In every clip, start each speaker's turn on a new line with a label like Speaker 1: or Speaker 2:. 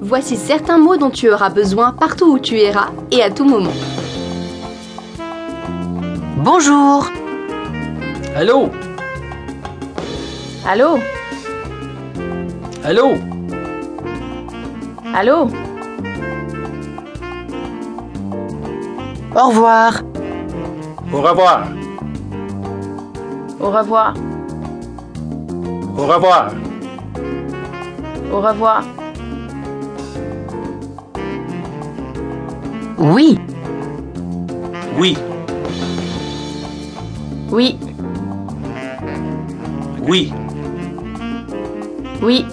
Speaker 1: Voici certains mots dont tu auras besoin partout où tu iras et à tout moment.
Speaker 2: Bonjour,
Speaker 3: Allô?
Speaker 4: Allô
Speaker 3: Allô?
Speaker 4: Allô
Speaker 2: au revoir,
Speaker 3: Au revoir.
Speaker 4: Au revoir.
Speaker 3: Au revoir.
Speaker 4: Au revoir.
Speaker 2: oui,
Speaker 3: Oui.
Speaker 4: Oui,
Speaker 3: Oui.
Speaker 4: oui,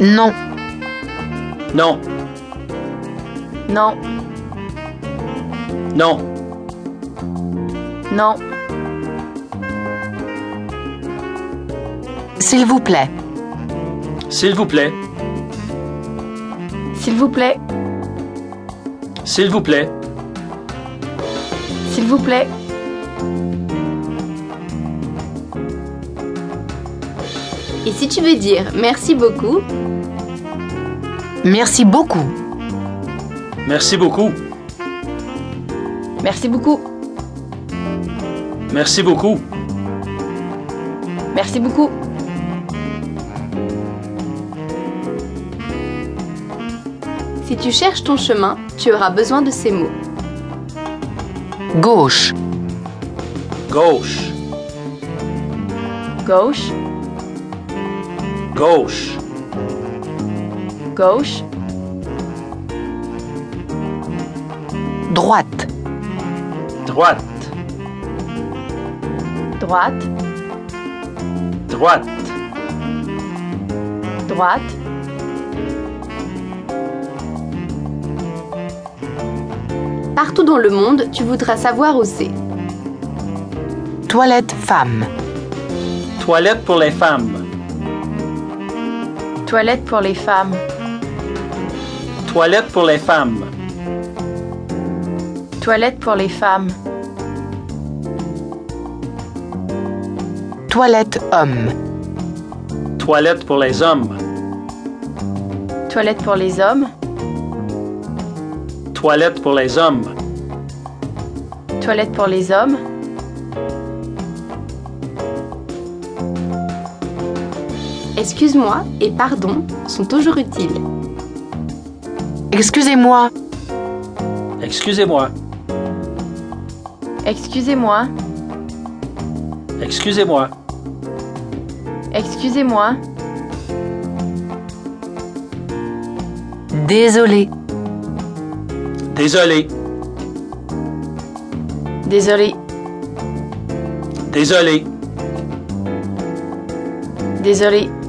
Speaker 2: non,
Speaker 3: Non.
Speaker 4: non,
Speaker 3: Non.
Speaker 4: non,
Speaker 2: s'il vous plaît,
Speaker 3: S'il vous plaît.
Speaker 4: s'il vous plaît,
Speaker 3: S'il vous plaît.
Speaker 4: s'il vous plaît,
Speaker 1: Et si tu veux dire merci beaucoup,
Speaker 2: merci beaucoup,
Speaker 3: Merci beaucoup.
Speaker 4: merci beaucoup,
Speaker 3: Merci beaucoup.
Speaker 4: merci beaucoup,
Speaker 1: si tu cherches ton chemin, tu auras besoin de ces mots.
Speaker 2: gauche,
Speaker 3: Gauche.
Speaker 4: gauche,
Speaker 3: Gauche.
Speaker 4: gauche,
Speaker 2: droite,
Speaker 3: Droite.
Speaker 4: droite,
Speaker 3: Droite.
Speaker 4: droite,
Speaker 1: Partout dans le monde, tu voudras savoir où c'est.
Speaker 2: toilette femme,
Speaker 3: Toilette pour les femmes.
Speaker 4: toilette pour les femmes,
Speaker 3: Toilette pour les femmes.
Speaker 4: toilette pour les femmes,
Speaker 2: toilette homme,
Speaker 3: Toilette pour les hommes.
Speaker 4: toilette pour les hommes,
Speaker 3: Toilette pour les hommes.
Speaker 4: toilette pour les hommes,
Speaker 1: Excuse-moi et pardon sont toujours utiles.
Speaker 2: excusez-moi,
Speaker 3: Excusez-moi.
Speaker 4: excusez-moi,
Speaker 3: Excusez-moi.
Speaker 4: excusez-moi,
Speaker 2: désolé,
Speaker 3: Désolé.
Speaker 4: désolé,
Speaker 3: Désolé.
Speaker 4: désolé,